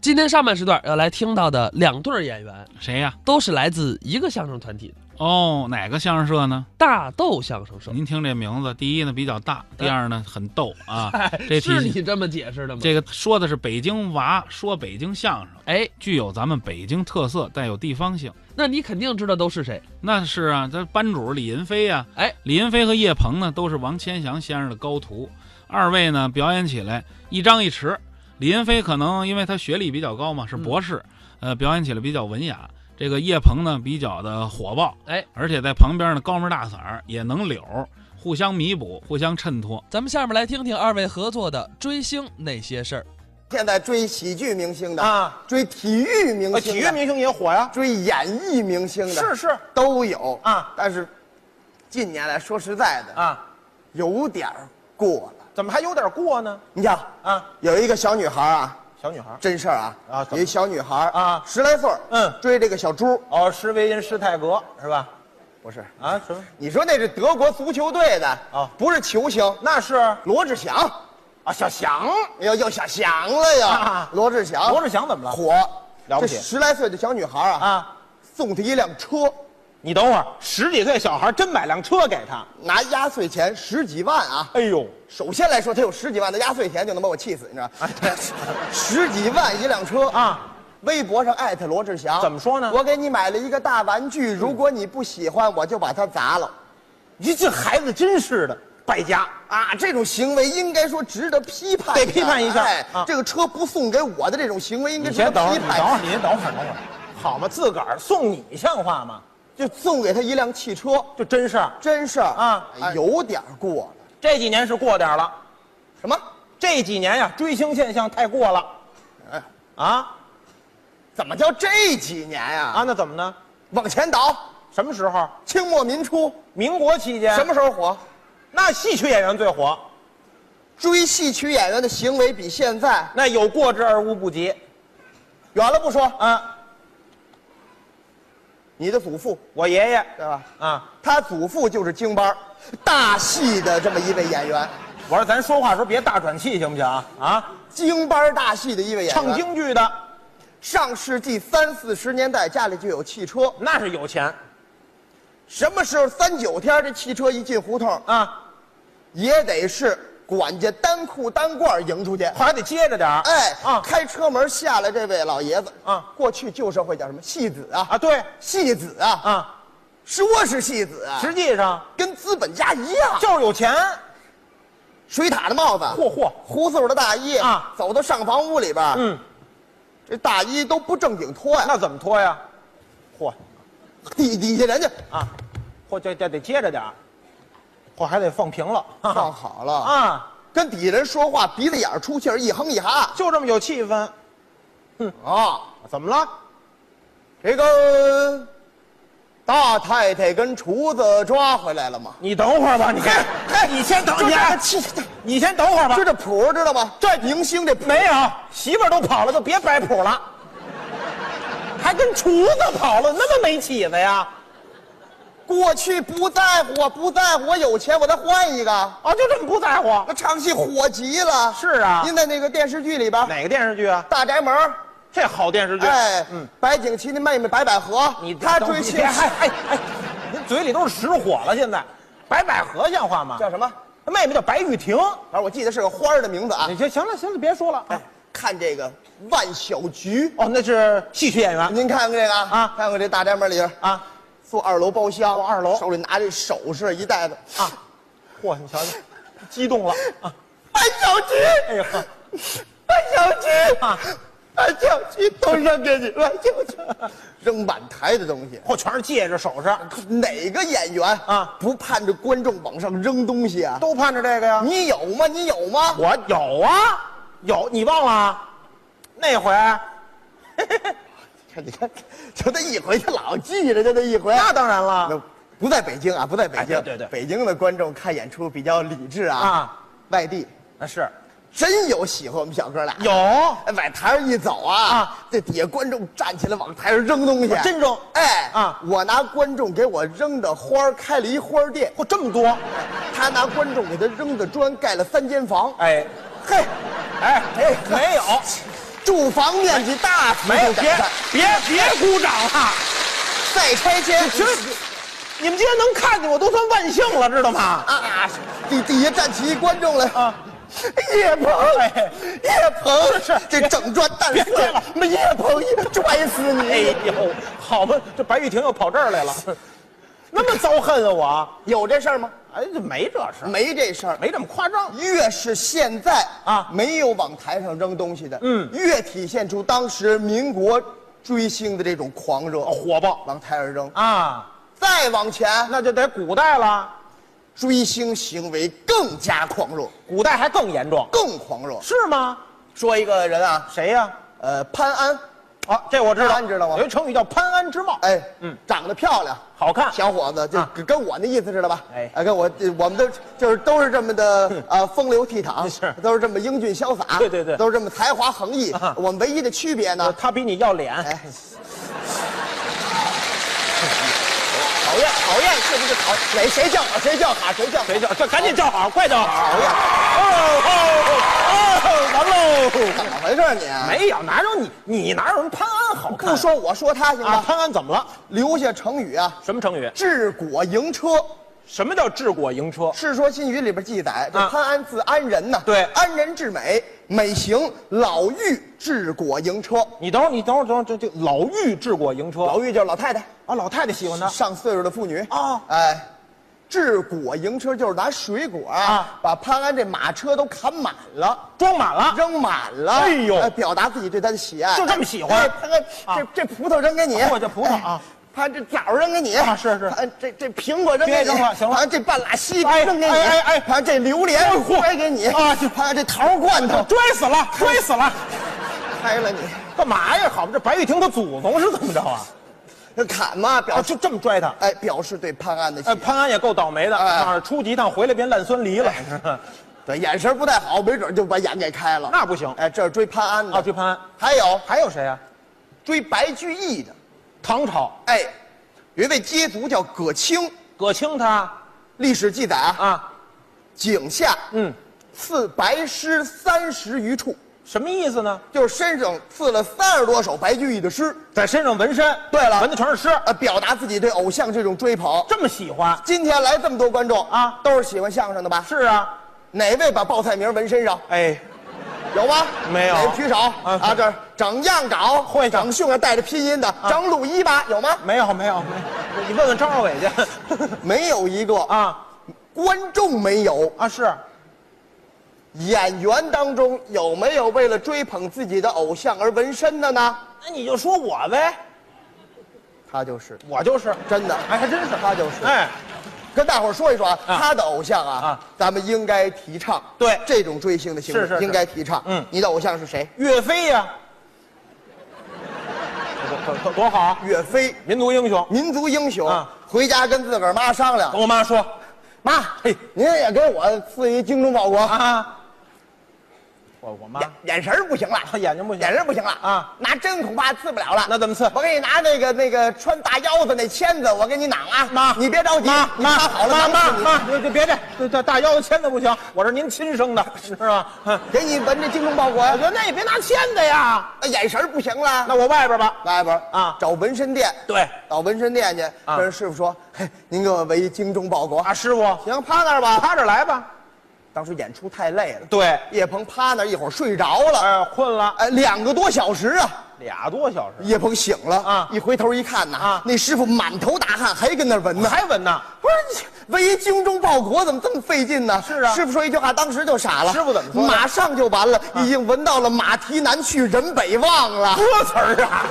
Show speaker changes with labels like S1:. S1: 今天上半时段要来听到的两对儿演员，
S2: 谁呀？
S1: 都是来自一个相声团体的
S2: 哦，哪个相声社呢？
S1: 大豆相声社。
S2: 您听这名字，第一呢比较大，第二呢很逗啊。 这题
S1: 哎是你这么解释的吗？
S2: 这个说的是北京娃说北京相声，
S1: 哎，
S2: 具有咱们北京特色，带有地方性。
S1: 那你肯定知道都是谁？
S2: 那是啊，这班主李银飞啊，
S1: 哎，
S2: 李银飞和叶鹏呢都是王千祥先生的高徒，二位呢表演起来一张一弛。李银飞可能因为他学历比较高嘛，是博士，
S1: 嗯
S2: 呃，表演起来比较文雅。这个叶鹏呢比较的火爆，
S1: 哎，
S2: 而且在旁边呢高门大嗓儿也能柳儿，互相弥补，互相衬托。
S1: 咱们下面来听听二位合作的《追星那些事儿》。
S3: 现在追喜剧明星的
S4: 啊，
S3: 追体育明星的、
S4: 啊，体育明星也火呀，
S3: 追演艺明星的，
S4: 是是
S3: 都有
S4: 啊
S3: 但是近年来，说实在的，
S4: 啊，
S3: 有点儿过了。
S4: 怎么还有点过呢？
S3: 你想
S4: 啊，
S3: 有一个小女孩啊，
S4: 小女孩，
S3: 真事儿啊，
S4: 啊怎么
S3: 有一小女孩
S4: 啊
S3: 十来岁儿
S4: 嗯
S3: 追这个小猪，
S4: 哦，施维因施泰格是吧？
S3: 不是，
S4: 啊，什么？
S3: 你说那是德国足球队的
S4: 啊
S3: 不是球星，
S4: 那是
S3: 罗志祥，
S4: 啊，小翔，
S3: 要要想想了呀
S4: 啊，
S3: 罗志祥，
S4: 罗志祥怎么了
S3: 火，
S4: 了不起
S3: 这十来岁的小女孩啊，
S4: 啊，
S3: 送她一辆车。
S4: 你等会儿，十几岁小孩真买辆车给他，
S3: 拿压岁钱十几万啊！
S4: 哎呦，
S3: 首先来说，他有十几万的压岁钱就能把我气死，你知道吗？ 十几万一辆车
S4: 啊！
S3: 微博上艾特罗志祥，
S4: 怎么说呢
S3: 我给你买了一个大玩具，如果你不喜欢，我就把它砸了。
S4: 你这孩子真是的，败家。
S3: 啊，这种行为应该说值得批判一下，
S4: 得批判一下
S3: 哎
S4: 啊
S3: 这个车不送给我的这种行为，应该
S4: 你
S3: 值得
S4: 先等会儿，
S3: 批
S4: 你
S3: 判
S4: 等会儿，
S3: 一下。
S4: 你先等会儿，等会儿，好嘛，自个儿送你像话吗？
S3: 就送给他一辆汽车，
S4: 就真事儿。
S3: 真事儿
S4: 啊
S3: 哎有点过了。
S4: 这几年是过点儿了，
S3: 什么？
S4: 这几年呀，追星现象太过了。
S3: 哎，
S4: 啊
S3: 怎么叫这几年呀、
S4: 啊，那怎么呢？
S3: 往前倒，
S4: 什么时候？
S3: 清末民初。
S4: 民国期间？
S3: 什么时候火？
S4: 那戏曲演员最火，
S3: 追戏曲演员的行为比现在
S4: 那有过之而无不及。
S3: 远了不说，
S4: 啊，
S3: 你的祖父
S4: 我爷爷
S3: 对吧？
S4: 啊，
S3: 他祖父就是京班儿大戏的这么一位演员，
S4: 我说咱说话时候别大喘气，行不行啊？啊，
S3: 京班儿大戏的一位演员。
S4: 唱京剧的
S3: 上世纪三四十年代家里就有汽车，
S4: 那是有钱
S3: 什么时候三九天儿这汽车一进胡同儿，
S4: 啊，
S3: 也得是管家单裤单褂儿迎出去。
S4: 还得接着点儿。
S3: 哎，
S4: 啊
S3: 开车门下来这位老爷子
S4: 啊，
S3: 过去旧社会叫什么戏子啊？
S4: 啊，对
S3: 戏子啊，
S4: 啊，
S3: 说是戏子啊，
S4: 实际上
S3: 跟资本家一样，
S4: 就是有钱。
S3: 水獭的帽子，
S4: 嚯嚯
S3: 胡四儿的大衣
S4: 啊
S3: 走到上房屋里边，
S4: 嗯，
S3: 这大衣都不正经脱呀，
S4: 那怎么脱呀？嚯
S3: 底底下人家
S4: 啊，嚯，这这得接着点儿，嚯还得放平了。哈
S3: 放
S4: 哈
S3: 好了，
S4: 啊，
S3: 跟底下人说话，鼻子眼儿出气儿，一哼一哈
S4: 就这么有气氛，
S3: 啊，
S4: 怎么了？
S3: 这个大太太跟厨子抓回来了吗？
S4: 你等会儿吧，你
S3: 嘿嘿
S4: 你先等
S3: 就
S4: 你
S3: 这个
S4: 啊
S3: 气，
S4: 你先等会儿吧
S3: 就。这谱儿知道吗？
S4: 啊这
S3: 明星这谱
S4: 没有，媳妇儿都跑了，就别摆谱了，还跟厨子跑了，那么没起子呀？
S3: 过去不在乎，我不在乎，我有钱我再换一个。
S4: 啊，就这么不在乎？
S3: 那唱戏火极了，
S4: 是啊
S3: 您在那个电视剧里边，《
S4: 哪个电视剧啊？
S3: 大宅门》。
S4: 这好电视剧。
S3: 哎，
S4: 嗯，
S3: 白景琦的妹妹白百合，
S4: 你
S3: 她
S4: 等
S3: 追
S4: 会儿
S3: 星
S4: 别哎哎哎，您嘴里都是实火了，现在，白百合像话吗？
S3: 叫什么？
S4: 妹妹叫白玉婷。
S3: 反正我记得是个花儿的名字啊
S4: 你。行行了行了，别说了。
S3: 哎，看这个万小菊，
S4: 哦，那是戏曲演员
S3: 您看看这个啊
S4: 啊，
S3: 看看这大宅门里边，
S4: 啊
S3: 坐二楼包厢，
S4: 坐二楼
S3: 手里拿着首饰一袋子。
S4: 啊！嚯，你瞧瞧， 激动了啊！
S3: 万小菊，
S4: 哎呀，
S3: 万小菊
S4: 啊，
S3: 万小菊，都扔给你，万小菊，扔满台的东西。
S4: 嚯，全是戒指首饰，
S3: 可哪个演员啊
S4: 啊
S3: 不盼着观众往上扔东西啊？
S4: 都盼着这个呀。
S3: 你有吗？你有吗？
S4: 我有啊，有，你忘了啊？那回，
S3: 看你看，就那一回，他老记着，就那一回。
S4: 那当然
S3: 那
S4: 了，
S3: 不在北京啊，不在北京。
S4: 哎对对对
S3: 北京的观众看演出比较理智啊。
S4: 啊，
S3: 外地
S4: 那是
S3: 真有喜欢我们小哥俩。
S4: 有，
S3: 哎，往台上一走啊，
S4: 啊
S3: 这底下观众站起来往台上扔东西，
S4: 真扔
S3: 哎
S4: 啊
S3: 我拿观众给我扔的花儿开了一花儿店，
S4: 嚯，这么多，
S3: 他拿观
S4: 哎
S3: 众给他扔的砖盖了三间房。
S4: 哎，嘿，哎，哎，没有，
S3: 住房面积大幅
S4: 没有，
S3: 度改
S4: 别
S3: 善，
S4: 别别鼓掌啊了！
S3: 再拆迁。
S4: 行了，你们今天能看见我都算万幸了，知道吗？
S3: 啊，底底下站起一观众来啊！
S4: 叶鹏，叶鹏哎是
S3: 这整砖蛋
S4: 别
S3: 碎
S4: 这了，那叶鹏叶
S3: 拽死
S4: 哎
S3: 你！
S4: 呦，好吧，这白玉婷又跑这儿来了，那么遭恨啊我？
S3: 有这事儿吗？
S4: 哎，这没这事儿，
S3: 没这事儿，
S4: 没这么夸张。
S3: 越是现在
S4: 啊
S3: 啊没有往台上扔东西的，
S4: 嗯
S3: 嗯，越体现出当时民国追星的这种狂热、
S4: 火爆
S3: 往台上扔。
S4: 啊，
S3: 再往前，
S4: 那就得古代了，
S3: 追星行为更加狂热，
S4: 古代还更严重，
S3: 更狂热。
S4: 是吗？
S3: 说一个人啊，
S4: 谁呀、
S3: 呃，潘安，
S4: 啊，这我知道，
S3: 潘安知道吗
S4: 有一成语叫“潘安之貌”，
S3: 哎，
S4: 哎，嗯
S3: 嗯，长得漂亮，
S4: 好看。
S3: 小伙子，就
S4: 啊
S3: 跟跟我那意思似的吧？
S4: 哎
S3: 哎，跟我这我们都就是都是这么 的啊，风流倜傥，
S4: 是
S3: 都是这么英俊潇洒，
S4: 对对对
S3: 都是这么才华横溢
S4: 啊。
S3: 我们唯一的区别呢
S4: 呃，他比你要脸，
S3: 哎，
S4: 讨厌
S3: 讨厌是不是讨哪谁叫好谁叫好谁叫好
S4: 谁叫？这赶紧叫好，快叫好！
S3: 讨厌
S4: 哦哦哦，完喽！
S3: 怎么回事儿你？啊
S4: 没有，哪有你？你哪有人潘安好看？
S3: 不说我说他行
S4: 啊，
S3: 吗？
S4: 潘安怎么了？
S3: 留下成语啊，
S4: 什么成语？
S3: 治国盈车。
S4: 什么叫治国盈车
S3: 《世说新语》里边记载，这
S4: 啊
S3: 潘安字安仁呐、
S4: 对
S3: 安仁治美，美行老妪治国盈车。
S4: 你等会儿，你等会儿，等会儿，这这老妪治国盈车
S3: 老妪就是老太太，
S4: 啊，老太太喜欢他
S3: 上岁数的妇女
S4: 哦
S3: 哎，治果盈车就是拿水果
S4: 啊
S3: 啊，把潘安这马车都砍满了。
S4: 装满了，
S3: 扔满了，
S4: 啊哎呦
S3: 呃表达自己对他的喜爱，
S4: 就这么喜欢
S3: 哎潘安，
S4: 啊
S3: 这这葡萄扔给你，
S4: 嚯这葡萄啊
S3: 哎，潘这枣扔给你，
S4: 啊是是
S3: 潘这这苹果扔给
S4: 别
S3: 你，
S4: 扔了行了
S3: 潘这半拉西瓜
S4: 哎
S3: 扔给你，
S4: 哎哎哎
S3: 潘这榴莲
S4: 哎嚯
S3: 摔给你，
S4: 啊这
S3: 潘这桃罐头
S4: 追死了，追死了！
S3: 开了你，
S4: 干嘛呀？好吧，这白玉婷她祖宗是怎么着啊？
S3: 这砍嘛表
S4: 啊，
S3: 示
S4: 就这么拽他。
S3: 哎表示对潘安的喜
S4: 哎，
S3: 爱，
S4: 潘安也够倒霉的，
S3: 哎
S4: 啊，出去一趟回来变烂酸梨了，
S3: 对眼神不太好，没准就把眼给开了，
S4: 那不行
S3: 哎，这是追潘安的
S4: 啊，追潘安。
S3: 还有
S4: 还有谁啊？
S3: 追白居易的，
S4: 唐朝
S3: 哎，有一位街卒叫葛青，
S4: 葛青他
S3: 历史记载啊，
S4: 啊，
S3: 井下
S4: 嗯，
S3: 刺白诗三十余处，
S4: 什么意思呢？
S3: 就是身上刺了三十多首白居易的诗，
S4: 在身上纹身，
S3: 对了
S4: 纹的全是诗，
S3: 呃，表达自己对偶像这种追捧。
S4: 这么喜欢
S3: 今天来这么多观众
S4: 啊
S3: 啊，都是喜欢相声的吧？
S4: 是啊，
S3: 哪位把报菜名纹身上？
S4: 哎，
S3: 有吗？
S4: 没有
S3: 哪位举手
S4: 啊
S3: 啊！这儿长样稿
S4: 会的
S3: 长训啊，带着拼音的，长鲁一吧，有吗？
S4: 没有没有没有，你问问张二伟去
S3: 没有一个啊，
S4: 啊
S3: 观众没有，
S4: 啊是，
S3: 演员当中有没有为了追捧自己的偶像而纹身的呢？
S4: 那你就说我呗，
S3: 他就是
S4: 我就是，
S3: 真的，
S4: 哎还真是
S3: 他就是。
S4: 哎，
S3: 跟大伙儿说一说啊，
S4: 啊
S3: 他的偶像啊，
S4: 啊
S3: 咱们应该提倡
S4: 对
S3: 这种追星的行为，
S4: 是是是
S3: 应该提倡。
S4: 嗯
S3: 你的偶像是谁？
S4: 岳飞呀，多多多好啊，
S3: 岳飞，
S4: 民族英雄，
S3: 民族英雄。
S4: 啊
S3: 回家跟自个儿妈商量
S4: 跟，我妈说，妈，嘿
S3: 您也给我赐一精忠报国。
S4: 啊，我我妈
S3: 眼眼神儿不行了，
S4: 啊眼睛不行
S3: 眼神儿不行了
S4: 啊
S3: 啊！拿针恐怕刺不了了。
S4: 那怎么刺
S3: 我给你拿那个那个穿大腰子那签子，我给你挡啊！
S4: 妈
S3: 你别着急，
S4: 妈
S3: 你擦
S4: 妈
S3: 好了
S4: 妈
S3: 拿
S4: 妈
S3: 去你
S4: 妈，别别别这这这大腰子签子不行，我是您亲生的，是吧？嗯
S3: 给你纹这精忠报国
S4: 我
S3: 呀！
S4: 说那也别拿签子呀，
S3: 啊眼神儿不行了，
S4: 那我外边吧。
S3: 外边儿
S4: 啊
S3: 找纹身店，
S4: 对
S3: 到纹身店去，
S4: 啊
S3: 跟师傅说：“嘿，您给我围精忠报国。
S4: 啊，师傅，”
S3: 行，趴那儿吧。
S4: 趴着来吧。
S3: 当时演出太累了，
S4: 对，
S3: 叶鹏趴那儿一会儿睡着了，
S4: 哎，困了
S3: 哎，两个多小时啊。
S4: 俩多小时，
S3: 叶鹏醒了
S4: 啊
S3: 一回头一看呐，
S4: 啊
S3: 那师傅满头大汗，还跟那儿纹呢。
S4: 还闻呢。
S3: 不是，围精忠报国怎么这么费劲呢？
S4: 是啊
S3: 师傅说一句话，当时就傻了。
S4: 师傅怎么说的啊
S3: 马上就完了，已经闻到了马蹄南去人北望了。
S4: 歌词儿啊，